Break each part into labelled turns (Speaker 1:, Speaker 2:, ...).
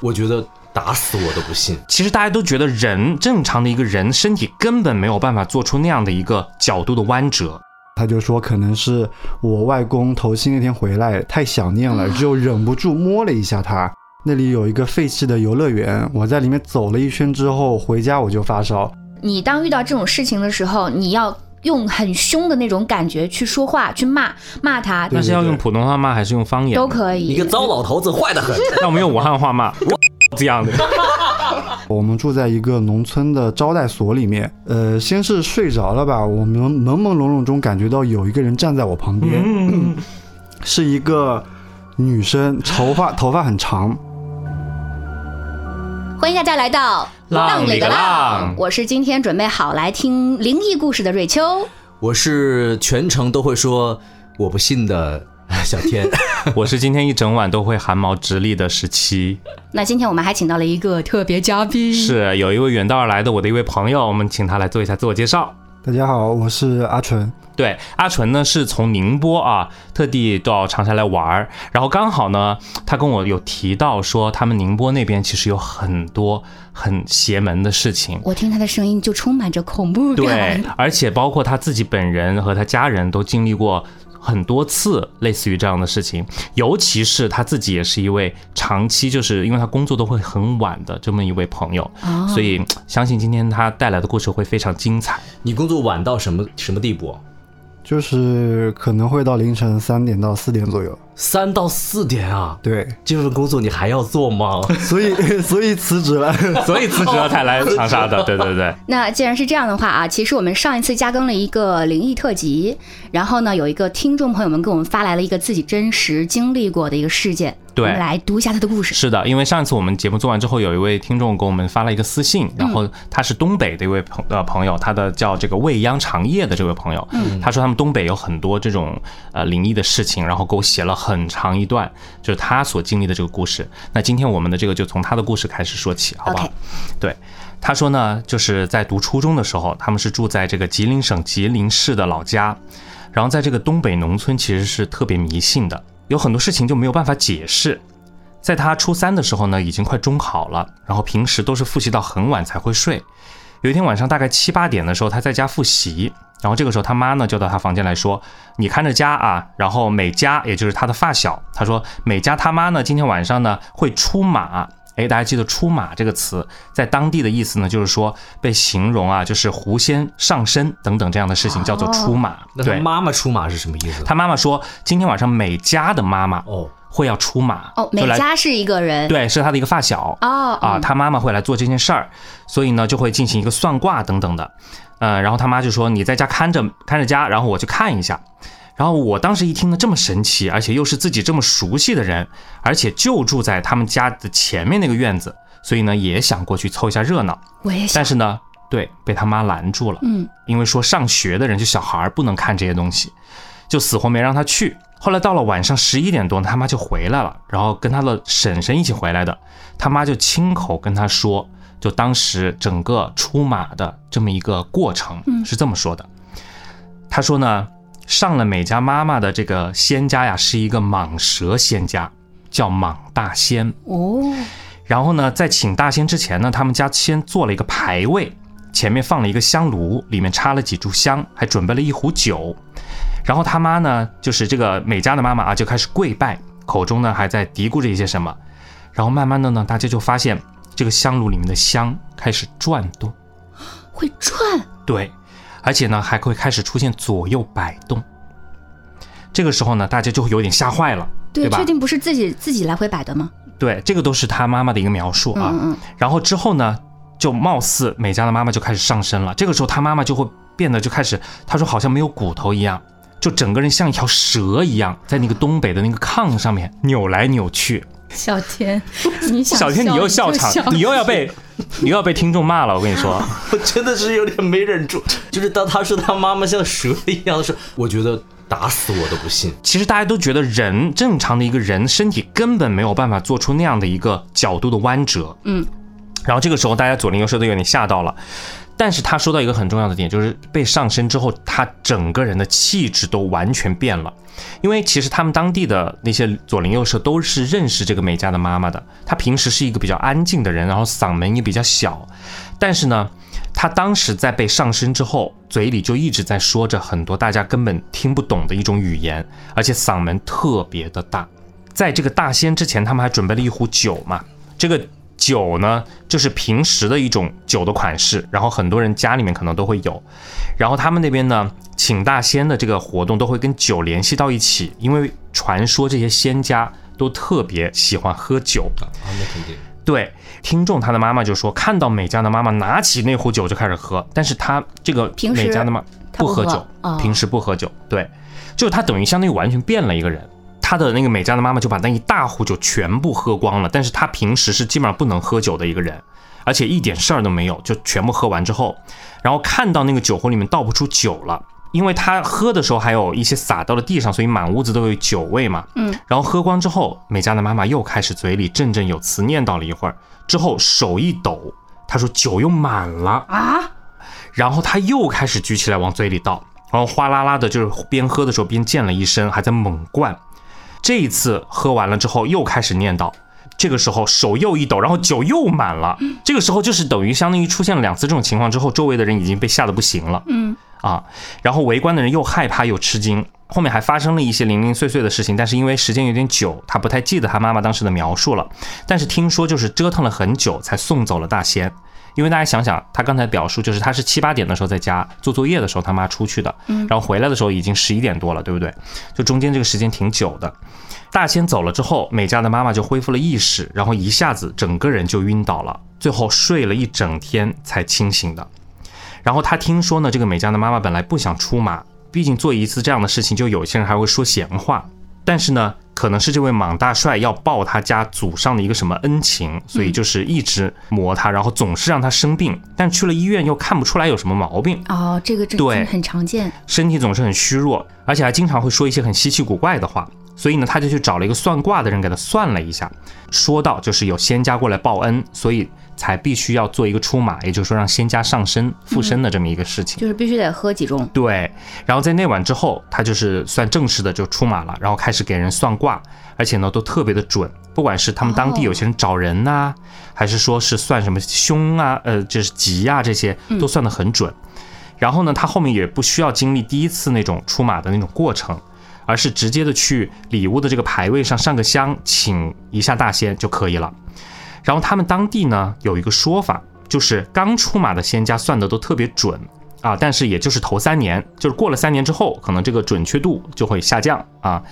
Speaker 1: 我觉得打死我都不信。
Speaker 2: 其实大家都觉得人正常的一个人身体根本没有办法做出那样的一个角度的弯折。
Speaker 3: 他就说可能是我外公头七那天回来太想念了，就忍不住摸了一下他。那里有一个废弃的游乐园，我在里面走了一圈之后回家我就发烧。
Speaker 4: 你当遇到这种事情的时候，你要用很凶的那种感觉去说话，去骂骂他
Speaker 3: 对
Speaker 2: 但是要用普通话骂还是用方言？
Speaker 4: 都可
Speaker 1: 你
Speaker 4: 以
Speaker 1: 个。糟老头子，坏得很。
Speaker 2: 那我们用武汉话骂，这样的。
Speaker 3: 我们住在一个农村的招待所里面，呃，先是睡着了吧，我们朦朦胧胧中感觉到有一个人站在我旁边，
Speaker 2: 嗯，
Speaker 3: 是一个女生，头发 头发很长，
Speaker 4: 欢迎大家来到
Speaker 2: 浪
Speaker 4: 里
Speaker 2: 里个
Speaker 4: 浪
Speaker 2: 浪，
Speaker 4: 我是今天准备好来听灵异故事的瑞秋。
Speaker 1: 我是全程都会说我不信的 小天，
Speaker 2: 我是今天一整晚都会汗毛直立的十七，
Speaker 3: 嗯
Speaker 4: 那今天我们还请到了一个特别嘉宾，
Speaker 2: 是有一位远道而来的我的一位朋友，我们请他来做一下自我介绍。
Speaker 3: 大家好，我是阿纯。
Speaker 2: 对，阿纯呢是从宁波啊，特地到长沙来玩儿，然后刚好呢，他跟我有提到说，他们宁波那边其实有很多很邪门的事情，
Speaker 4: 我听他的声音就充满着恐怖
Speaker 2: 对
Speaker 4: 感。，
Speaker 2: 而且包括他自己本人和他家人都经历过很多次类似于这样的事情，尤其是他自己也是一位长期就是因为他工作都会很晚的这么一位朋友，
Speaker 4: 哦
Speaker 2: 所以相信今天他带来的故事会非常精彩。
Speaker 1: 你工作晚到什么什么地步？
Speaker 3: 就是可能会到凌晨三点到四点左右，
Speaker 1: 三到四点啊！
Speaker 3: 对，
Speaker 1: 这份工作你还要做 吗？
Speaker 3: 所以 所以辞职了。
Speaker 2: 所以辞职了才来长沙的，对对对。
Speaker 4: 那既然是这样的话啊，其实我们上一次加更了一个灵异特辑，然后呢，有一个听众朋友们给我们发来了一个自己真实经历过的一个事件，
Speaker 2: 对
Speaker 4: 我们来读一下他的故事。
Speaker 2: 是的，因为上一次我们节目做完之后，有一位听众给我们发了一个私信，然后他是东北的一位朋呃朋友，他的叫这个未央长夜的这位朋友，他说他们东北有很多这种呃灵异的事情，然后给我写了很长一段，就是他所经历的这个故事。那今天我们的这个就从他的故事开始说起，好不好
Speaker 4: OK
Speaker 2: 对。他说呢，就是在读初中的时候，他们是住在这个吉林省吉林市的老家，然后在这个东北农村其实是特别迷信的，有很多事情就没有办法解释。在他初三的时候呢，已经快中考了，然后平时都是复习到很晚才会睡。有一天晚上大概七八点的时候，他在家复习，然后这个时候他妈呢就到他房间来说：“你看着家啊。”然后美嘉，也就是他的发小，他说美嘉他妈呢今天晚上呢会出马。哎，大家记得“出马”这个词，在当地的意思呢，就是说被形容啊，就是狐仙上身等等这样的事情，叫做出马。
Speaker 1: 哦那他
Speaker 2: 对，
Speaker 1: 妈妈出马是什么意思？
Speaker 2: 他妈妈说，今天晚上美嘉的妈妈
Speaker 1: 哦，
Speaker 2: 会要出马
Speaker 4: 哦，美
Speaker 2: 就来
Speaker 4: 嘉是一个人，
Speaker 2: 对，是他的一个发小
Speaker 4: 哦
Speaker 2: 啊，他妈妈会来做这件事儿，所以呢就会进行一个算卦等等的，呃，然后他妈就说你在家看着看着家，然后我去看一下。然后我当时一听呢，这么神奇，而且又是自己这么熟悉的人，而且就住在他们家的前面那个院子，所以呢也想过去凑一下热闹。
Speaker 4: 我也想
Speaker 2: 但，是呢，对，被他妈拦住了。
Speaker 4: 嗯，
Speaker 2: 因为说上学的人就小孩儿不能看这些东西，就死活没让他去。后来到了晚上十一点多，他妈就回来了，然后跟他的婶婶一起回来的，他妈就亲口跟他说，就当时整个出马的这么一个过程是这么说的。他说呢，上了美嘉妈妈的这个仙家呀，是一个蟒蛇仙家，叫蟒大仙。
Speaker 4: 哦，
Speaker 2: 然后呢，在请大仙之前呢，他们家先做了一个牌位，前面放了一个香炉，里面插了几炷香，还准备了一壶酒。然后他妈呢，就是这个美嘉的妈妈啊，就开始跪拜，口中呢还在嘀咕着一些什么。然后慢慢的呢，大家就发现这个香炉里面的香开始转动，
Speaker 4: 会转，
Speaker 2: 对，而且呢还会开始出现左右摆动。这个时候呢，大家就会有点吓坏了，对吧
Speaker 4: 确？定不是自己自己来回摆的吗？
Speaker 2: 对，这个都是他妈妈的一个描述啊。
Speaker 4: 嗯嗯
Speaker 2: 然后之后呢，就貌似美嘉的妈妈就开始上身了。这个时候，她妈妈就会变得就开始，她说好像没有骨头一样，就整个人像一条蛇一样，在那个东北的那个炕上面扭来扭去。
Speaker 4: 嗯，小 天，你想
Speaker 2: 小天，你又笑
Speaker 4: 就
Speaker 2: 场
Speaker 4: 笑，
Speaker 2: 你又要被，你又要被听众骂了。我跟你说，
Speaker 1: 我真的是有点没忍住。 就是当他说他妈妈像蛇一样的时候，我觉得打死我都不信。
Speaker 2: 其实大家都觉得人正常的一个人身体根本没有办法做出那样的一个角度的弯折。
Speaker 4: 嗯，
Speaker 2: 然后这个时候大家左邻右舍都有点吓到了。但是他说到一个很重要的点，就是被上身之后，他整个人的气质都完全变了。因为其实他们当地的那些左邻右舍都是认识这个美嘉的妈妈的。她平时是一个比较安静的人，然后嗓门也比较小，但是呢，她当时在被上身之后，嘴里就一直在说着很多大家根本听不懂的一种语言，而且嗓门特别的大。在这个大仙之前，他们还准备了一壶酒嘛，这个。酒呢，就是平时的一种酒的款式，然后很多人家里面可能都会有。然后他们那边呢，请大仙的这个活动都会跟酒联系到一起，因为传说这些仙家都特别喜欢喝酒。
Speaker 1: 啊，那肯定。
Speaker 2: 对，听众他的妈妈就说，看到美嘉的妈妈拿起那壶酒就开始喝，但是她这个
Speaker 4: 平时
Speaker 2: 美嘉的妈
Speaker 4: 她不
Speaker 2: 喝酒，
Speaker 4: 喝哦
Speaker 2: 平时不喝酒，对，就她等于相当于完全变了一个人。她的那个美嘉的妈妈就把那一大壶酒全部喝光了，但是她平时是基本上不能喝酒的一个人，而且一点事儿都没有，就全部喝完之后，然后看到那个酒壶里面倒不出酒了。因为她喝的时候还有一些洒到了地上，所以满屋子都有酒味嘛。
Speaker 4: 嗯，
Speaker 2: 然后喝光之后，美嘉的妈妈又开始嘴里振振有词念叨了一会儿，之后手一抖，她说酒又满了，
Speaker 4: 啊，
Speaker 2: 然后她又开始举起来往嘴里倒，然后哗啦啦的，就是边喝的时候边溅了一身，还在猛灌。这一次喝完了之后又开始念叨，这个时候手又一抖，然后酒又满了。这个时候就是等于相当于出现了两次这种情况之后，周围的人已经被吓得不行了。
Speaker 4: 嗯
Speaker 2: 啊，然后围观的人又害怕又吃惊。后面还发生了一些零零碎碎的事情，但是因为时间有点久，他不太记得他妈妈当时的描述了。但是听说就是折腾了很久才送走了大仙，因为大家想想，他刚才表述就是他是七八点的时候在家做作业的时候他妈出去的，然后回来的时候已经十一点多了，对不对？就中间这个时间挺久的。大仙走了之后，美嘉的妈妈就恢复了意识，然后一下子整个人就晕倒了，最后睡了一整天才清醒的。然后他听说呢，这个美嘉的妈妈本来不想出马，毕竟做一次这样的事情，就有些人还会说闲话。但是呢，可能是这位莽大帅要报他家祖上的一个什么恩情，所以就是一直磨他，然后总是让他生病，但去了医院又看不出来有什么毛病，
Speaker 4: 哦，这个真
Speaker 2: 对
Speaker 4: 很常见。
Speaker 2: 身体总是很虚弱，而且还经常会说一些很稀奇古怪的话。所以呢，他就去找了一个算卦的人给他算了一下，说到就是有仙家过来报恩，所以才必须要做一个出马，也就是说让仙家上身附身的这么一个事情。
Speaker 4: 就是必须得喝几盅。
Speaker 2: 对，然后在那晚之后，他就是算正式的就出马了，然后开始给人算卦，而且呢都特别的准，不管是他们当地
Speaker 4: 哦
Speaker 2: 有些人找人呐、还是说是算什么凶啊，呃，就是吉啊这些，都算得很准。然后呢，他后面也不需要经历第一次那种出马的那种过程，而是直接的去里屋的这个牌位上上个香，请一下大仙就可以了。然后他们当地呢有一个说法，就是刚出马的仙家算的都特别准啊，但是也就是头三年，就是过了三年之后，可能这个准确度就会下降啊。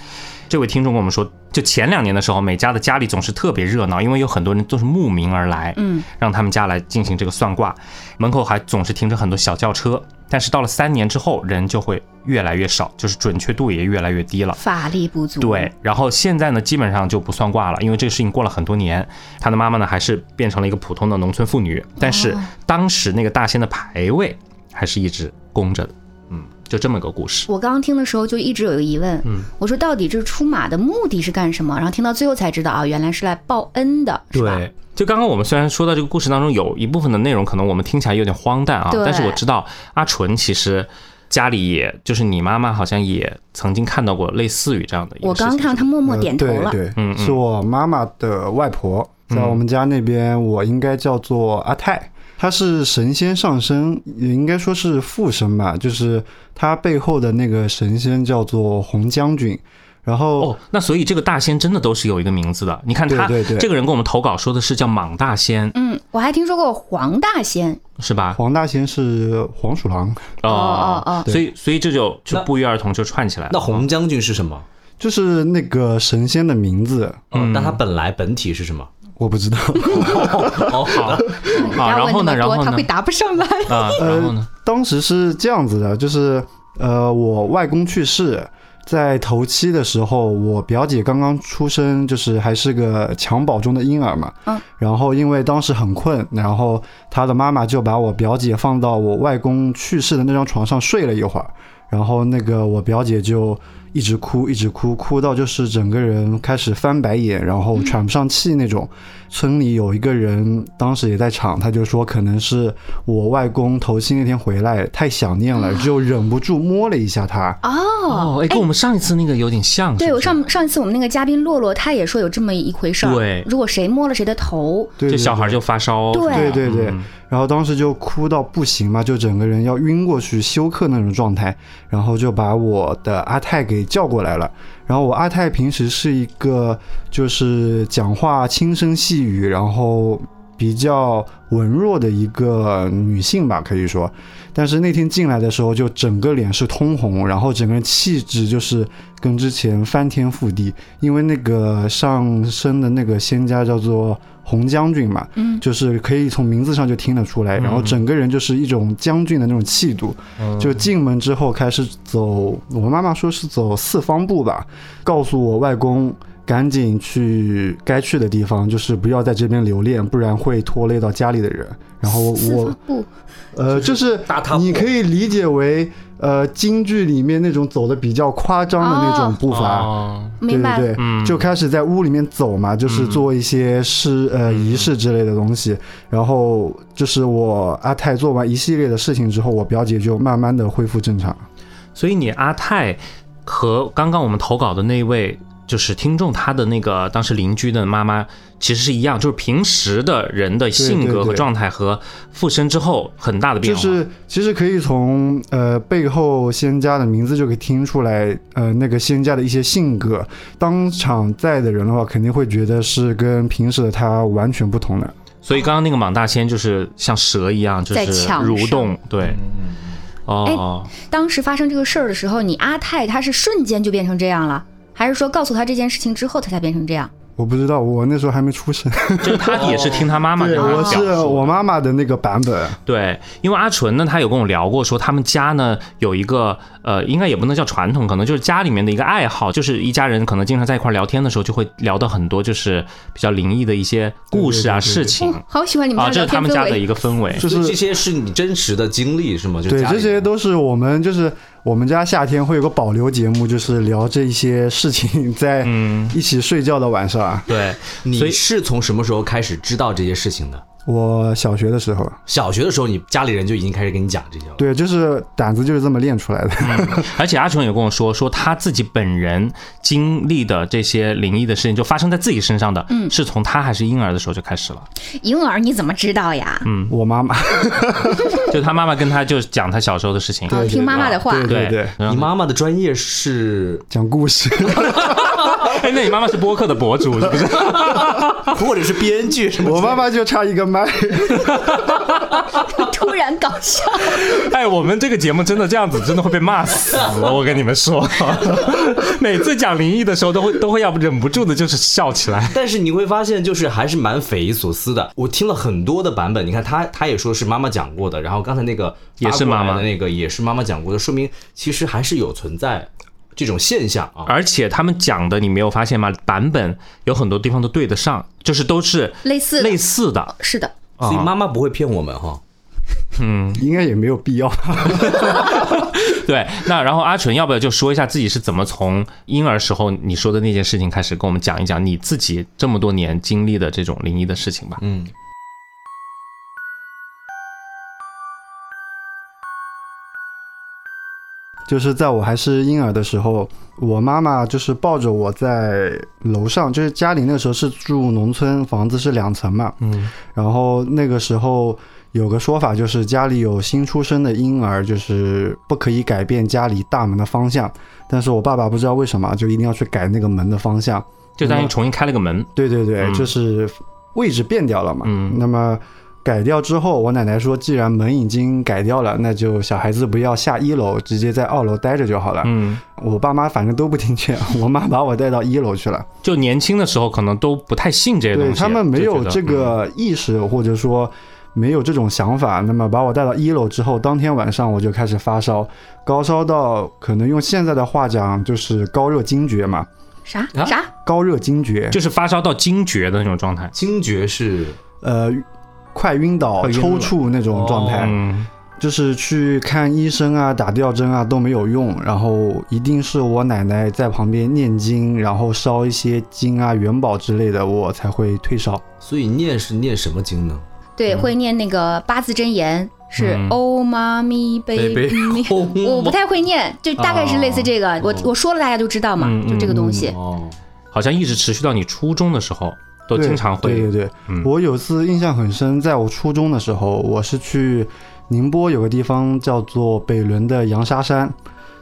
Speaker 2: 这位听众跟我们说，就前两年的时候，美嘉的家里总是特别热闹，因为有很多人都是慕名而来，
Speaker 4: 嗯，
Speaker 2: 让他们家来进行这个算卦，门口还总是停着很多小轿车。但是到了三年之后，人就会越来越少，就是准确度也越来越低了。
Speaker 4: 法力不足。
Speaker 2: 对，，然后现在呢，基本上就不算卦了，因为这个事情过了很多年，他的妈妈呢还是变成了一个普通的农村妇女，但是当时那个大仙的牌位还是一直供着的，嗯，就这么个故事。
Speaker 4: 我刚刚听的时候就一直有一个疑问，
Speaker 2: 嗯
Speaker 4: 我说到底这出马的目的是干什么？然后听到最后才知道啊，原来是来报恩的，是吧？
Speaker 2: 对，就刚刚我们虽然说到这个故事当中有一部分的内容，可能我们听起来有点荒诞啊
Speaker 4: 对，
Speaker 2: 但是我知道阿纯其实家里也就是你妈妈好像也曾经看到过类似于这样的一个
Speaker 4: 我
Speaker 2: 事情。嗯
Speaker 4: 刚看到他默默 点头了，
Speaker 3: 对对，是我妈妈的外婆，在我们家那边，我应该叫做阿泰。她是神仙上身，也应该说是附身吧，就是她背后的那个神仙叫做红将军。然后
Speaker 2: 哦，那所以这个大仙真的都是有一个名字的。你看他
Speaker 3: 对对对
Speaker 2: 这个人给我们投稿说的是叫莽大仙，
Speaker 4: 嗯，我还听说过黄大仙，
Speaker 2: 是吧？呃
Speaker 3: 黄大仙是黄鼠狼，
Speaker 2: 啊
Speaker 4: 哦哦
Speaker 2: 所以所以这就就
Speaker 1: 那
Speaker 2: 不约而同就串起来了。
Speaker 1: 那红将军是什么？
Speaker 3: 就是那个神仙的名字，
Speaker 1: 嗯，那他本来本体是什 么？
Speaker 3: 我不知道。
Speaker 1: 哦，好的，
Speaker 2: 啊，
Speaker 4: 要
Speaker 2: 然
Speaker 4: 问
Speaker 2: 后
Speaker 4: 那
Speaker 2: 呢，
Speaker 4: 么
Speaker 2: 然
Speaker 4: 多
Speaker 2: 后
Speaker 4: 他会
Speaker 2: 呢，
Speaker 4: 答不上 来。
Speaker 2: 啊，然后呢，
Speaker 3: 当时是这样子的，就是呃，我外公去世，在头七的时候，我表姐刚刚出生，就是还是个襁褓中的婴儿嘛。
Speaker 4: 嗯。
Speaker 3: 然后因为当时很困，然后她的妈妈就把我表姐放到我外公去世的那张床上睡了一会儿，然后那个我表姐就一直哭，一直哭，哭到就是整个人开始翻白眼，然后喘不上气那种。村里有一个人当时也在场，他就说可能是我外公头七那天回来太想念了，就忍不住摸了一下他。
Speaker 4: 哦，
Speaker 2: 哦，哎，跟我们上一次那个有点像。是
Speaker 4: 对
Speaker 2: 不
Speaker 4: 我
Speaker 2: 是
Speaker 4: 上上一次我们那个嘉宾洛洛，他也说有这么一回事儿。
Speaker 2: 对
Speaker 4: 如果谁摸了谁的头，
Speaker 3: 对
Speaker 2: 这
Speaker 3: 对
Speaker 2: 小孩
Speaker 3: 对
Speaker 2: 就发烧哦。
Speaker 4: 对
Speaker 3: 对对对，然后当时就哭到不行嘛，就整个人要晕过去休克那种状态，然后就把我的阿泰给叫过来了。然后我阿泰平时是一个就是讲话轻声细语，然后比较文弱的一个女性吧，可以说。但是那天进来的时候，就整个脸是通红，然后整个人气质就是跟之前翻天覆地，因为那个上身的那个仙家叫做红将军嘛，
Speaker 4: 嗯
Speaker 3: 就是可以从名字上就听得出来，然后整个人就是一种将军的那种气度。就进门之后开始走，我妈妈说是走四方步吧，告诉我外公赶紧去该去的地方，就是不要在这边留恋，不然会拖累到家里的人。然后我
Speaker 4: 四
Speaker 3: 我
Speaker 4: 分不
Speaker 3: 呃，就是
Speaker 1: 大踏步
Speaker 3: 你可以理解为呃京剧里面那种走的比较夸张的那种步伐。
Speaker 2: 哦
Speaker 4: 明白
Speaker 3: 对
Speaker 4: 了
Speaker 3: 对。对，
Speaker 2: 嗯
Speaker 3: 就开始在屋里面走嘛，就是做一些事、呃仪式之类的东西。然后就是我阿泰做完一系列的事情之后，我表姐就慢慢的恢复正常。
Speaker 2: 所以你阿泰和刚刚我们投稿的那一位就是听众，他的那个当时邻居的妈妈其实是一样，就是平时的人的性
Speaker 3: 对
Speaker 2: 格
Speaker 3: 对
Speaker 2: 和状态和附身之后很大的变
Speaker 3: 就
Speaker 2: 化。
Speaker 3: 是其实可以从呃背后仙家的名字就可以听出来，呃那个仙家的一些性格。当场在的人的话，肯定会觉得是跟平时的他完全不同的。
Speaker 2: 所以刚刚那个莽大仙就是像蛇一样，就
Speaker 4: 在
Speaker 2: 是
Speaker 4: 墙
Speaker 2: 蠕
Speaker 4: 上
Speaker 2: 动，对，哦，
Speaker 4: 当时发生这个事儿的时候，你阿泰他是瞬间就变成这样了，还是说告诉他这件事情之后他才变成这样？
Speaker 3: 我不知道，我那时候还没出生。
Speaker 2: 就是他也是听他妈妈这
Speaker 3: 对，
Speaker 2: 样
Speaker 3: 我
Speaker 2: 表
Speaker 3: 是
Speaker 2: 述
Speaker 3: 我妈妈的那个版本。
Speaker 2: 对，因为阿纯呢，他有跟我聊过，说他们家呢有一个呃，应该也不能叫传统，可能就是家里面的一个爱好，就是一家人可能经常在一块儿聊天的时候，就会聊到很多就是比较灵异的一些故事啊、
Speaker 3: 对对对对
Speaker 2: 事情
Speaker 4: 哦，好喜欢你们
Speaker 2: 啊，这
Speaker 4: 家
Speaker 2: 是
Speaker 4: 的
Speaker 2: 他
Speaker 4: 聊天
Speaker 2: 们家
Speaker 4: 氛
Speaker 2: 的一
Speaker 4: 围。
Speaker 2: 个氛 围。
Speaker 3: 就是
Speaker 1: 所以这些是你真实的经历是吗？就
Speaker 3: 对，
Speaker 1: 家里
Speaker 3: 这
Speaker 1: 面
Speaker 3: 些都是我们就是我们家夏天会有个保留节目，就是聊这一些事情，在一起睡觉的晚上啊。
Speaker 2: 对，所
Speaker 1: 你
Speaker 2: 以
Speaker 1: 是从什么时候开始知道这些事情的？
Speaker 3: 我小学的时候，
Speaker 1: 小学的时候，你家里人就已经开始跟你讲这些了。
Speaker 3: 对，就是胆子就是这么练出来的。
Speaker 2: 而且阿纯也跟我说，说他自己本人经历的这些灵异的事情，就发生在自己身上的，嗯，是从他还是婴儿的时候就开始了。
Speaker 4: 婴儿你怎么知道呀？
Speaker 3: 我妈妈，
Speaker 2: 就他妈妈跟他就讲他小时候的事情，
Speaker 4: 哦，听妈妈 的话。
Speaker 3: 对对对，
Speaker 2: 然后
Speaker 1: 你妈妈的专业是，
Speaker 3: 讲故事，
Speaker 2: 哎，那你妈妈是播客的博主是不是？
Speaker 1: 或者是编剧什么？
Speaker 3: 我妈妈就差一个麦。
Speaker 4: 突然搞 笑，
Speaker 2: 哎，我们这个节目真的这样子，真的会被骂死了。我跟你们说， 每次讲灵异的时候，都会都会要忍不住的，就是笑起来。
Speaker 1: 但是你会发现，就是还是蛮匪夷所思的。我听了很多的版本，你看他他也说是妈妈讲过的，然后刚才那个
Speaker 2: 也是妈妈
Speaker 1: 发过来的那个也是妈妈讲过的，说明其实还是有存在这种现象啊。
Speaker 2: 而且他们讲的，你没有发现吗？版本有很多地方都对得上，就是都是
Speaker 4: 类似的
Speaker 2: 类似的。
Speaker 4: 是的，
Speaker 1: 所以妈妈不会骗我们哈。
Speaker 3: 应该也没有必要。
Speaker 2: 对，那然后阿纯，要不要就说一下自己是怎么从婴儿时候你说的那件事情开始，跟我们讲一讲你自己这么多年经历的这种灵异的事情吧？
Speaker 1: 嗯，
Speaker 3: 就是在我还是婴儿的时候，我妈妈就是抱着我在楼上，就是家里那时候是住农村，房子是两层嘛，
Speaker 2: 嗯，
Speaker 3: 然后那个时候有个说法，就是家里有新出生的婴儿，就是不可以改变家里大门的方向。但是我爸爸不知道为什么，就一定要去改那个门的方向。
Speaker 2: 就当于重新开了个门。
Speaker 3: 对对对，
Speaker 2: 嗯
Speaker 3: 就是位置变掉了嘛。
Speaker 2: 嗯
Speaker 3: 那么改掉之后，我奶奶说，既然门已经改掉了，那就小孩子不要下一楼，直接在二楼待着就好了。
Speaker 2: 嗯，
Speaker 3: 我爸妈反正都不听劝，我妈把我带到一楼 去了。
Speaker 2: 就年轻的时候可能都不太信这些东
Speaker 3: 对
Speaker 2: 西，
Speaker 3: 他们没
Speaker 2: 就
Speaker 3: 有
Speaker 2: 觉得嗯
Speaker 3: 这个意识，或者说没有这种想法。那么把我带到一楼之后，当天晚上我就开始发烧，高烧到可能用现在的话讲就是高热惊厥嘛，
Speaker 4: 啥
Speaker 1: 啊
Speaker 4: 啥？
Speaker 3: 高热惊厥，
Speaker 2: 就是发烧到惊厥的那种状态。
Speaker 1: 惊厥是
Speaker 3: 呃，快晕倒、
Speaker 2: 快晕
Speaker 3: 抽
Speaker 2: 了
Speaker 3: 搿那种状态。
Speaker 2: 嗯，
Speaker 3: 就是去看医生啊、打吊针啊都没有用，然后一定是我奶奶在旁边念经，然后烧一些经啊、元宝之类的，我才会退烧。
Speaker 1: 所以念是念什么经呢？
Speaker 4: 对，会念那个八字真言，是
Speaker 2: 嗯哦
Speaker 4: Oh mommy baby me。我嗯不太会念，就大概是类似这个。我我说了，大家就知道嘛，
Speaker 2: 嗯
Speaker 4: 就这个东西。
Speaker 1: 哦，
Speaker 2: 好像一直持续到你初中的时候，都
Speaker 3: 对
Speaker 2: 经常
Speaker 3: 对
Speaker 2: 会
Speaker 3: 对对，
Speaker 2: 嗯
Speaker 3: 我有次印象很深，在我初中的时候，我是去宁波有个地方叫做北仑的阳沙山，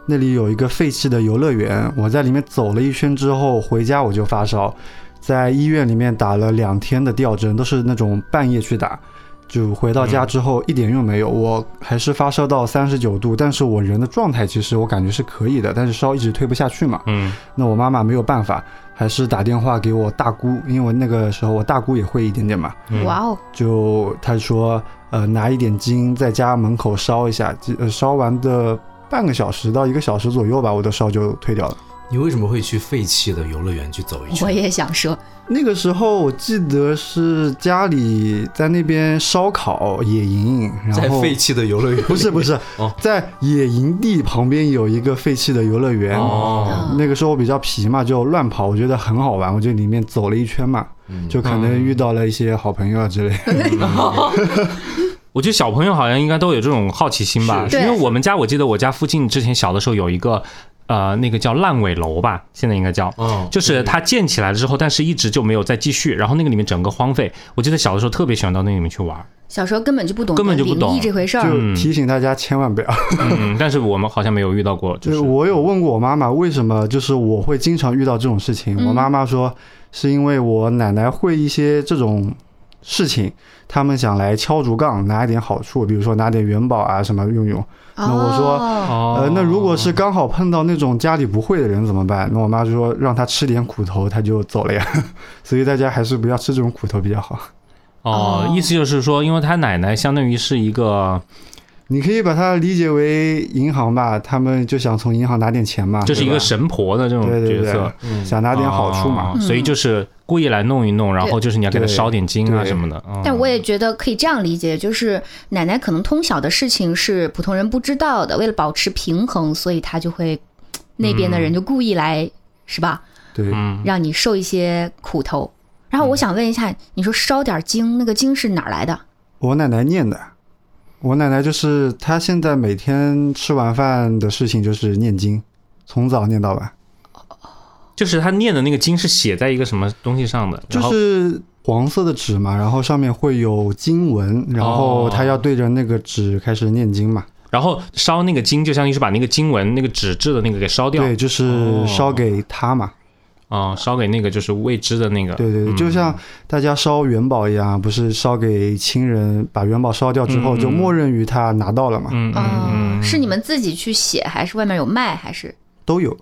Speaker 3: 那里有一个废弃的游乐园，我在里面走了一圈之后，回家我就发烧，在医院里面打了两天的吊针，都是那种半夜去打。就回到家之后一点用没有，我还是发烧
Speaker 2: 嗯
Speaker 3: 到三十九度，但是我人的状态其实我感觉是可以的，但是烧一直退不下去嘛。
Speaker 2: 嗯
Speaker 3: 那我妈妈没有办法，还是打电话给我大姑，因为我那个时候我大姑也会一点点嘛，
Speaker 2: 嗯
Speaker 4: 哇哦，
Speaker 3: 就她说，呃，拿一点巾在家门口烧一下，记呃烧完的半个小时到一个小时左右吧，我的烧就退掉了。
Speaker 1: 你为什么会去废弃的游乐园去走一圈？
Speaker 4: 我也想说，
Speaker 3: 那个时候我记得是家里在那边烧烤野营，
Speaker 1: 在
Speaker 3: 然后
Speaker 1: 废弃的游乐园？
Speaker 3: 不是不，是
Speaker 1: 哦，
Speaker 3: 在野营地旁边有一个废弃的游乐园。
Speaker 2: 哦，
Speaker 3: 那个时候我比较皮嘛，就乱跑，我觉得很好玩，我就里面走了一圈嘛，
Speaker 1: 嗯
Speaker 3: 就可能遇到了一些好朋友啊之类。
Speaker 2: 我觉得小朋友好像应该都有这种好奇心吧，
Speaker 4: 是
Speaker 2: 因为
Speaker 4: 对
Speaker 2: 我们家我记得我家附近之前小的时候有一个呃那个叫烂尾楼吧，现在应该叫。
Speaker 3: 哦
Speaker 1: 嗯，
Speaker 2: 就是它建起来了之后，但是一直就没有再继续，然后那个里面整个荒废。我记得小的时候特别喜欢到那里面去 玩，
Speaker 4: 小时候根本就不懂
Speaker 2: 根本就不懂
Speaker 4: 灵异这回事儿。
Speaker 3: 就提醒大家千万不要。
Speaker 2: 嗯，但嗯 是我们好像没有遇到过，就
Speaker 3: 就
Speaker 2: 是是
Speaker 3: 我有问过我妈妈，为什么就是我会经常遇到这种事情？
Speaker 2: 嗯
Speaker 3: 我妈妈说是因为我奶奶会一些这种事情，他们想来敲竹杠拿一点好处，比如说拿点元宝啊什么用用。那我说
Speaker 4: 哦
Speaker 2: 哦
Speaker 3: 呃，那如果是刚好碰到那种家里不会的人怎么办？那我妈就说让她吃点苦头，她就走了呀。 所以大家还是不要吃这种苦头比较好。
Speaker 2: 哦，意思就是说，因为他奶奶相当于是一
Speaker 3: 啊
Speaker 2: 个，
Speaker 3: 你可以把它理解为银行吧，他们就想从银行拿点钱嘛，
Speaker 2: 就是一
Speaker 3: 对
Speaker 2: 个
Speaker 3: 吧
Speaker 2: 神婆的这种
Speaker 3: 对对
Speaker 2: 角
Speaker 3: 对
Speaker 2: 色，嗯
Speaker 3: 想拿点好处嘛。
Speaker 2: 哦
Speaker 3: 嗯
Speaker 2: 所以就是故意来弄一弄，然后就是你要给他
Speaker 3: 对
Speaker 2: 烧点金啊
Speaker 3: 对
Speaker 2: 什么的。嗯
Speaker 4: 但我也觉得可以这样理解，就是奶奶可能通晓的事情是普通人不知道的，为了保持平衡，所以她就会那边的人就故意来，是吧？
Speaker 3: 对，
Speaker 2: 嗯，
Speaker 4: 让你受一些苦头。然后我想问一下，你说烧点经，那个经是哪儿来的？
Speaker 3: 我奶奶念的，我奶奶就是她现在每天吃完饭的事情就是念经，从早念到晚，
Speaker 2: 就是他念的那个经是写在一个什么东西上的，
Speaker 3: 就
Speaker 2: 然后
Speaker 3: 是黄色的纸嘛，然后上面会有经
Speaker 2: 哦
Speaker 3: 文，然后她要对着那个纸开始念经嘛。
Speaker 2: 然后烧那个经，就相当于是把那个经文那个纸质的那个给烧掉，
Speaker 3: 对，
Speaker 2: 哦
Speaker 3: 就是烧给她嘛。
Speaker 2: 啊，烧给那个就是未知的那个。
Speaker 3: 对对对，
Speaker 2: 嗯
Speaker 3: 就像大家烧元宝一样，不是烧给亲人，把元宝烧掉之后
Speaker 2: 嗯嗯
Speaker 3: 就默认于她拿到了嘛，
Speaker 2: 嗯嗯嗯，
Speaker 4: 是你们自己去写，还是外面有卖，还是？
Speaker 3: 都有。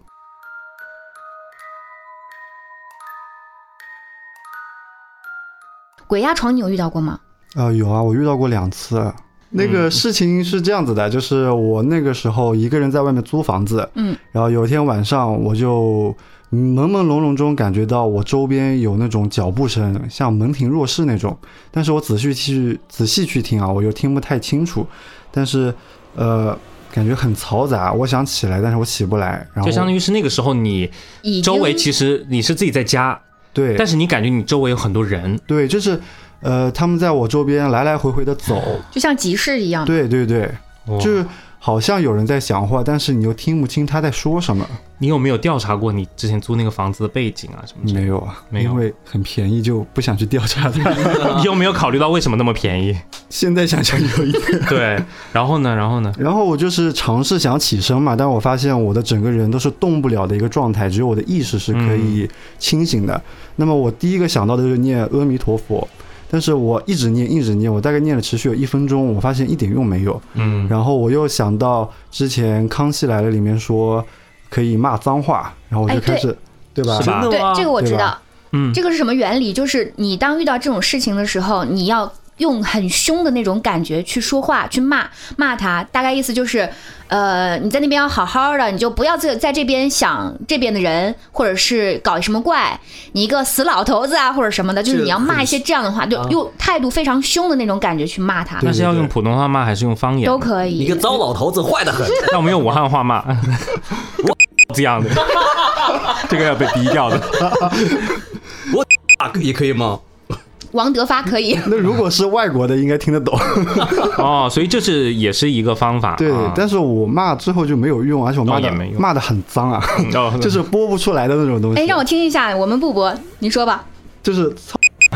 Speaker 4: 鬼压床你有遇到过吗？
Speaker 3: 啊，有啊，我遇到过两次。那
Speaker 2: 嗯
Speaker 3: 个事情是这样子的，就是我那个时候一个人在外面租房子，
Speaker 4: 嗯，
Speaker 3: 然后有一天晚上我就嗯朦朦胧胧中感觉到我周边有那种脚步声，像门庭若市那种，但是我仔细去仔细去听啊，我又听不太清楚，但是呃，感觉很嘈杂，我想起来，但是我起不来，然后
Speaker 2: 就相当于是那个时候你
Speaker 4: 已经
Speaker 2: 周围其实你是自己在家，
Speaker 3: 对，
Speaker 2: 但是你感觉你周围有很多人，
Speaker 3: 对，就是呃，他们在我周边来来回回的走，
Speaker 4: 就像集市一样。
Speaker 3: 对对对，
Speaker 2: 哦
Speaker 3: 就是好像有人在讲话，但是你又听不清他在说什么。
Speaker 2: 你有没有调查过你之前租那个房子的背景啊什么之类
Speaker 3: 没有啊，
Speaker 2: 没有
Speaker 3: 因为很便宜，就不想去调查 他。
Speaker 2: 的？你 有没有考虑到为什么那么便 宜？
Speaker 3: 现在想想有一点。
Speaker 2: 对，然后呢，然后呢？
Speaker 3: 然后我就是尝试想起身嘛，但我发现我的整个人都是动不了的一个状态，只有我的意识是可以清醒的。
Speaker 2: 嗯
Speaker 3: 那么我第一个想到的就是念阿弥陀佛。但是我一直念，一直念，我大概念了持续有一分钟，我发现一点用没有。
Speaker 2: 嗯，
Speaker 3: 然后我又想到之前《康熙来了》里面说可以骂脏话，然后我就
Speaker 4: 哎
Speaker 3: 开始，对吧？
Speaker 2: 是吧
Speaker 4: 对，这个我知
Speaker 3: 对
Speaker 4: 道
Speaker 3: 吧。
Speaker 2: 嗯
Speaker 4: 这个是什么原理？就是你当遇到这种事情的时候，你要用很凶的那种感觉去说话，去骂骂他，大概意思就是，呃，你在那边要好好的，你就不要在在这边想这边的人，或者是搞什么怪，你一个死老头子啊，或者什么的，就是
Speaker 1: 这
Speaker 4: 你要骂一些这样的话，就
Speaker 1: 啊
Speaker 4: 用态度非常凶的那种感觉去骂他
Speaker 3: 对，
Speaker 2: 那是要用普通话骂还是用方言？
Speaker 4: 都可以。
Speaker 1: 你个糟老头子，坏的很。
Speaker 2: 那我们用武汉话骂， 这样的，这个要被逼掉的。
Speaker 1: 啊， 也可以吗？
Speaker 4: 王德发可以
Speaker 3: 那如果是外国的，应该听得懂。
Speaker 2: 哦，所以这是也是一个方法。
Speaker 3: 对
Speaker 2: 啊，
Speaker 3: 但是我骂最后就没有用，而且我骂
Speaker 2: 倒也
Speaker 3: 的
Speaker 2: 没用
Speaker 3: 骂的很脏啊，
Speaker 2: 哦
Speaker 3: 就是播不出来的那种东西。
Speaker 4: 哎，让我听一下，我们不播，你说吧。
Speaker 3: 就是操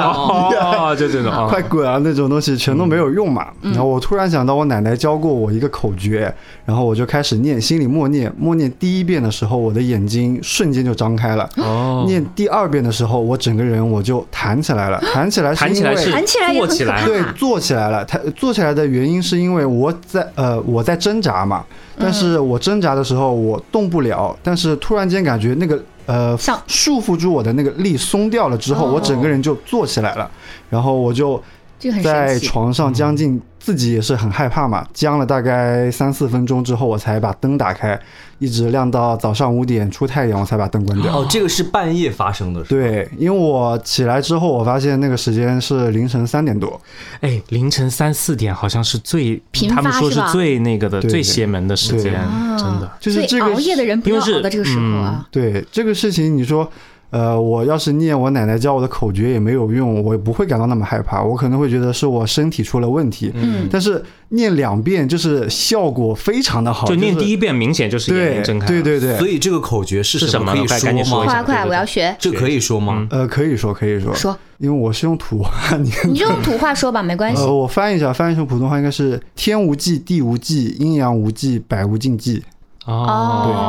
Speaker 2: 哦，就这种啊，嗯
Speaker 3: 快滚啊那种东西全都没有用嘛。然后我突然想到我奶奶教过我一个口诀，然后我就开始念，心里默念，默念第一遍的时候，我的眼睛瞬间就张开了。
Speaker 2: 哦，
Speaker 3: 念第二遍的时候，我整个人我就弹起来了，弹起来是
Speaker 2: 弹
Speaker 3: 因
Speaker 2: 起来
Speaker 3: 为
Speaker 2: 是
Speaker 4: 弹起来也
Speaker 2: 坐
Speaker 4: 很
Speaker 2: 起
Speaker 4: 可
Speaker 2: 来
Speaker 4: 怕，
Speaker 3: 对，坐起来了。他坐起来的原因是因为我在呃我在挣扎嘛，
Speaker 4: 嗯
Speaker 3: 但是我挣扎的时候我动不了，但是突然间感觉那个呃
Speaker 4: 像
Speaker 3: 束缚住我的那个力松掉了之后，
Speaker 4: 哦
Speaker 3: 我整个人就坐起来了，然后我就
Speaker 4: 这个很
Speaker 3: 在
Speaker 4: 神奇。嗯
Speaker 3: 床上将近自己也是很害怕嘛，僵了大概三四分钟之后，我才把灯打开，一直亮到早上五点出太阳，我才把灯关掉。
Speaker 1: 哦，这个是半夜发生的，是吧？
Speaker 3: 对，因为我起来之后，我发现那个时间是凌晨三点多，
Speaker 2: 哎，凌晨三四点好像是最
Speaker 4: 频，发
Speaker 2: 他们说
Speaker 4: 是吧
Speaker 2: 最那个的、
Speaker 3: 对
Speaker 2: 最邪门的时间
Speaker 3: 对，
Speaker 4: 啊
Speaker 2: 真的。
Speaker 3: 就是
Speaker 4: 所
Speaker 3: 这
Speaker 4: 以
Speaker 3: 个
Speaker 4: 熬夜的人不
Speaker 2: 因
Speaker 4: 要
Speaker 2: 为是
Speaker 4: 熬到这个时候啊。
Speaker 3: 对这个事情，你说，呃，我要是念我奶奶教我的口诀也没有用，我也不会感到那么害怕，我可能会觉得是我身体出了问题。
Speaker 4: 嗯
Speaker 3: 但是念两遍就是效果非常的好，
Speaker 2: 就念
Speaker 3: 是
Speaker 2: 第一遍，明显就是眼睛
Speaker 3: 对
Speaker 2: 睁开。
Speaker 3: 对，对
Speaker 1: 所
Speaker 3: 对，
Speaker 1: 以这个口诀是
Speaker 2: 是什么
Speaker 1: 可以
Speaker 2: 快赶紧
Speaker 1: 说
Speaker 2: 说一
Speaker 4: 快
Speaker 1: 吗？嗯
Speaker 2: 下
Speaker 4: 快快，我要学，
Speaker 1: 这可以说吗？
Speaker 3: 呃，可以说可以 说，
Speaker 4: 说，
Speaker 3: 因为我是用土话念的。
Speaker 4: 你就用土话说吧，没关 系
Speaker 3: 呃，。我翻译一下，翻译成普通话应该是“天无忌，地无忌，阴阳无忌，百无禁
Speaker 4: 嗯
Speaker 3: 忌
Speaker 2: 哦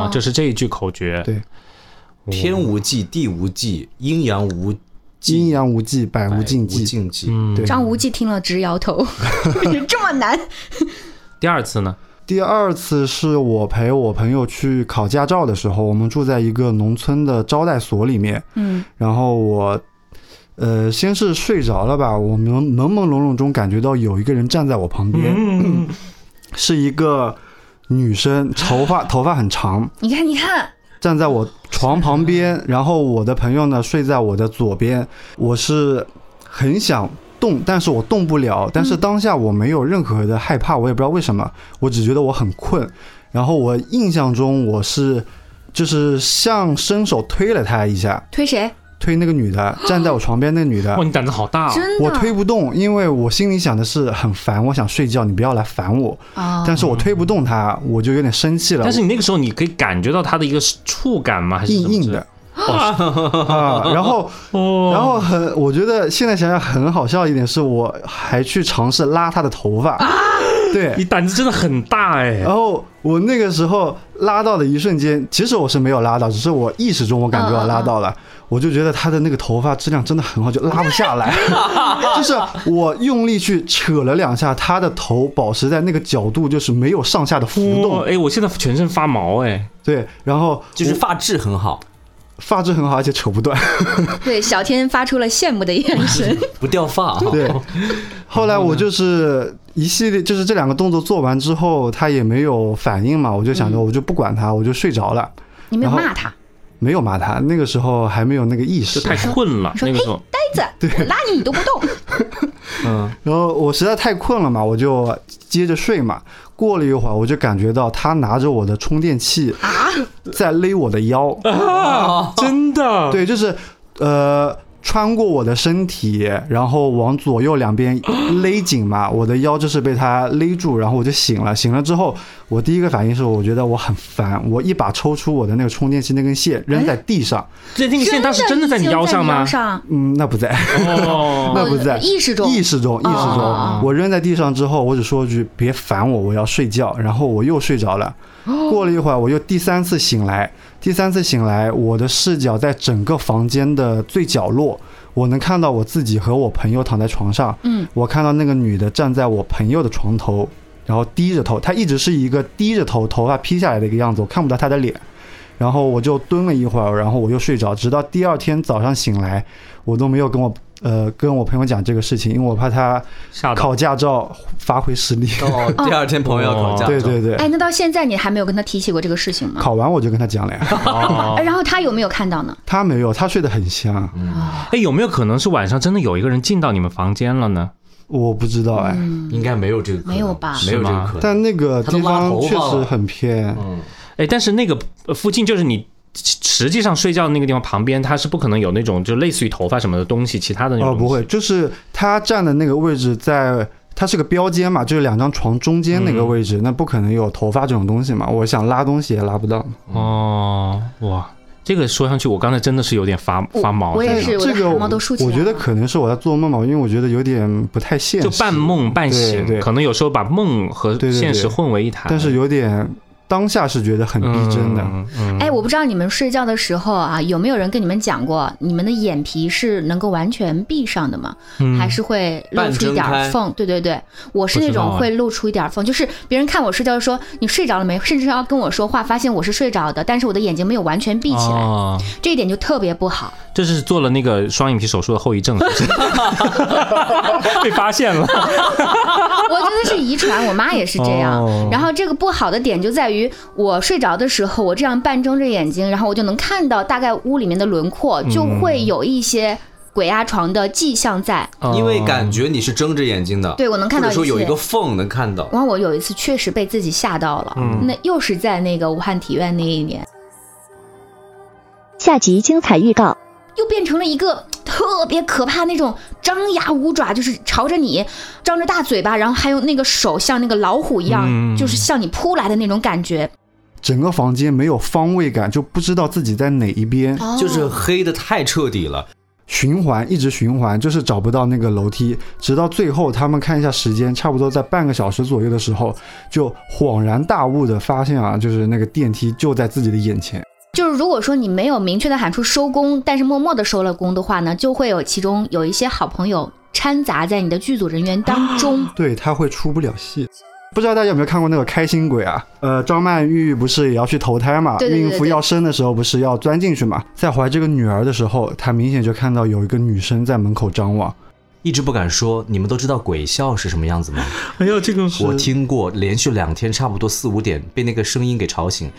Speaker 4: 哦，
Speaker 2: 就是这一句口诀。
Speaker 3: 对
Speaker 4: 嗯
Speaker 1: 天无忌，地无忌，阴阳无”，
Speaker 3: 阴
Speaker 1: 忌，
Speaker 3: 阳无忌，百无禁忌。
Speaker 1: 禁忌。
Speaker 2: 嗯
Speaker 3: 对，
Speaker 4: 张无忌听了直 摇头， 这么难。
Speaker 2: 第二次呢？
Speaker 3: 第二次是我陪我朋友去考驾照的时候，我们住在一个农村的招待所里面，
Speaker 4: 嗯，
Speaker 3: 然后我，呃，先是睡着了吧，我朦朦朦胧胧中感觉到有一个人站在我旁边，
Speaker 2: 嗯，
Speaker 3: 是一个女生，头发头发很长，
Speaker 4: 你看，你看，
Speaker 3: 站在我床旁边，然后我的朋友呢睡在我的左边，我是很想。动，但是我动不了。但是当下我没有任何的害怕，我也不知道为什么，我只觉得我很困。然后我印象中我是，就是像伸手推了她一下，
Speaker 4: 推谁？
Speaker 3: 推那个女的，站在我床边那个女的
Speaker 2: 哇，，你胆子好大哦。
Speaker 4: 真的？
Speaker 3: 我推不动，因为我心里想的是很烦，我想睡觉，你不要来烦我。
Speaker 4: 啊！
Speaker 3: 但是我推不动她，我就有点生气了。
Speaker 2: 但是你那个时候，你可以感觉到它的一个触感吗？还哦是
Speaker 3: 硬
Speaker 2: 什么之
Speaker 3: 硬
Speaker 2: 类
Speaker 3: 的。啊，然后，
Speaker 2: 哦，
Speaker 3: 然后很，我觉得现在想想很好笑一点是，我还去尝试拉她的头发，
Speaker 2: 你
Speaker 3: 对，
Speaker 2: 胆子真的很大哎
Speaker 3: 然。后我那个时候拉到的一瞬间，其实我是没有拉到，只是我意识中我感觉我拉到
Speaker 2: 啊
Speaker 3: 了，我就觉得她的那个头发质量真的很好，就拉不 下来，就是我用力去扯了两下，她的头保持在那个角度，就是没有上下的浮
Speaker 2: 哦
Speaker 3: 动，
Speaker 2: 哎，我现在全身发毛哎。
Speaker 3: 对，然后
Speaker 1: 就是发质很好，
Speaker 3: 发质很好，而且扯不断。
Speaker 4: 对小天发出了羡慕的眼 神。
Speaker 1: 不掉 发啊。
Speaker 3: 对，后来我就是一系列，就是这两个动作做完之后，他也没有反应嘛，我就想
Speaker 2: 嗯
Speaker 3: 着我就不管他，我就睡着了，
Speaker 4: 你没有骂他，
Speaker 3: 没有骂他。那个时候还没有那个意识
Speaker 2: 就，太困了，
Speaker 4: 说哎
Speaker 2: 那个时候
Speaker 4: 呆子，我拉你你都不动。
Speaker 1: 嗯，
Speaker 3: 然后我实在太困了嘛，我就接着睡嘛。过了一会儿，我就感觉到他拿着我的充电器在勒我的腰，
Speaker 2: 啊，真的，
Speaker 3: 对，就是呃。穿过我的身体，然后往左右两边勒紧嘛，我的腰就是被它勒住，然后我就醒了。醒了之后，我第一个反应是，我觉得我很烦，我一把抽出我的那个充电器那根线扔在地上，
Speaker 2: 这那个线当时真的 在你腰上吗
Speaker 4: 已经在你腰？上
Speaker 3: 嗯，那不在，
Speaker 2: 哦，
Speaker 3: 那不在
Speaker 4: 哦意识中，
Speaker 3: 意识中，意识中，
Speaker 4: 哦
Speaker 3: 我扔在地上之后，我只说一句“别烦我，我要睡觉”，然后我又睡着了。
Speaker 4: 哦
Speaker 3: 过了一会儿，我又第三次醒来，第三次醒来，我的视角在整个房间的最角落，我能看到我自己和我朋友躺在床上，
Speaker 4: 嗯，
Speaker 3: 我看到那个女的站在我朋友的床头，然后低着头，她一直是一个低着头，头发披下来的一个样子，我看不到她的脸。然后我就蹲了一会儿，然后我又睡着，直到第二天早上醒来，我都没有跟我呃跟我朋友讲这个事情，因为我怕他
Speaker 2: 吓到
Speaker 3: 考驾照发挥失利。
Speaker 1: 哦， 第二天朋友要考驾照，
Speaker 3: 对对对，
Speaker 4: 哎，那到现在你还没有跟他提起过这个事情吗？
Speaker 3: 考完我就跟他讲了 呀，
Speaker 2: 哦
Speaker 4: 哎然后他有没有看到呢？
Speaker 3: 他没有，他睡得很香，
Speaker 2: 哎，有没有可能是晚上真的有一个人进到你们房间了呢？
Speaker 3: 我不知道哎，
Speaker 4: 嗯
Speaker 1: 应该没有这个可能，
Speaker 4: 没有吧
Speaker 1: 没有这个可能。
Speaker 3: 但那个
Speaker 1: 他
Speaker 3: 地
Speaker 1: 都拉
Speaker 3: 方
Speaker 1: 头发
Speaker 3: 确实
Speaker 1: 了
Speaker 3: 很偏，
Speaker 2: 哎，但是那个呃附近就是你实实际上睡觉的那个地方旁边，它是不可能有那种就类似于头发什么的东西，其他的那种
Speaker 3: 哦，
Speaker 2: 东西。
Speaker 3: 不会，就是他站的那个位置在。它是个标间嘛，就是两张床中间那个位
Speaker 2: 嗯
Speaker 3: 置，那不可能有头发这种东西嘛。我想拉东西也拉不到。
Speaker 2: 哦，哇，这个说上去，我刚才真的是有点发
Speaker 4: 我
Speaker 2: 发毛。
Speaker 4: 我也
Speaker 2: 真的
Speaker 4: 是，
Speaker 3: 这
Speaker 4: 我的
Speaker 3: 个
Speaker 4: 汗毛都竖起来
Speaker 3: 我
Speaker 4: 了。
Speaker 3: 觉得可能是我在做梦吧，因为我觉得有点不太现实，
Speaker 2: 就半梦半醒
Speaker 3: 对，对
Speaker 2: 可能有时候把梦和
Speaker 3: 对对对
Speaker 2: 现实混为一谈。
Speaker 3: 但是有点当下是觉得很逼真的。
Speaker 2: 嗯，嗯
Speaker 4: 哎，我不知道你们睡觉的时候啊，有没有人跟你们讲过，你们的眼皮是能够完全闭上的吗？还是会露
Speaker 1: 嗯半
Speaker 4: 出一
Speaker 1: 睁
Speaker 4: 点儿
Speaker 1: 开
Speaker 4: 缝？对对对，我是那
Speaker 2: 不知道
Speaker 4: 种
Speaker 2: 啊
Speaker 4: 会露出一点儿缝，就是别人看我睡觉说你睡着了没，甚至要跟我说话，发现我是睡着的，但是我的眼睛没有完全闭起来，
Speaker 2: 哦
Speaker 4: 这一点就特别不好。
Speaker 2: 这是做了那个双眼皮手术的后遗症，是不是被发现了。
Speaker 4: 我觉得是遗传，我妈也是这样。
Speaker 2: 哦
Speaker 4: 然后这个不好的点就在于，我睡着的时候，我这样半睁着眼睛，然后我就能看到大概屋里面的轮廓，就
Speaker 2: 嗯
Speaker 4: 会有一些鬼压床的迹象在。
Speaker 1: 因为感觉你是睁着眼睛的，
Speaker 4: 对我能看到
Speaker 1: 或者说
Speaker 4: 一切
Speaker 1: 有一个缝能看到。
Speaker 4: 然后我有一次确实被自己吓到
Speaker 2: 嗯
Speaker 4: 了，
Speaker 3: 嗯
Speaker 4: 那又是在那个武汉体院那一年，
Speaker 5: 下集精彩预告。
Speaker 4: 又变成了一个特别可怕那种张牙舞爪，就是朝着你张着大嘴巴，然后还有那个手像那个老虎一样，
Speaker 2: 嗯
Speaker 4: 就是向你扑来的那种感觉。
Speaker 3: 整个房间没有方位感，就不知道自己在哪一边，
Speaker 4: 哦
Speaker 1: 就是黑的太彻底了，
Speaker 3: 循环一直循环，就是找不到那个楼梯，直到最后他们看一下时间，差不多在半个小时左右的时候，就恍然大悟的发现啊，就是那个电梯就在自己的眼前。
Speaker 4: 就是如果说你没有明确的喊出收工，但是默默的收了工的话呢，就会有其中有一些好朋友掺杂在你的剧组人员当中。
Speaker 3: 对，他会出不了戏。不知道大家有没有看过那个《开心鬼》啊？呃，张曼玉不是也要去投胎嘛？
Speaker 4: 对对对对
Speaker 3: 孕妇要生的时候不是要钻进去嘛？在怀这个女儿的时候，她明显就看到有一个女生在门口张望。
Speaker 1: 一直不敢说。你们都知道鬼笑是什么样子吗？
Speaker 2: 哎呀，这个
Speaker 1: 我听过，连续两天差不多四五点被那个声音给吵醒，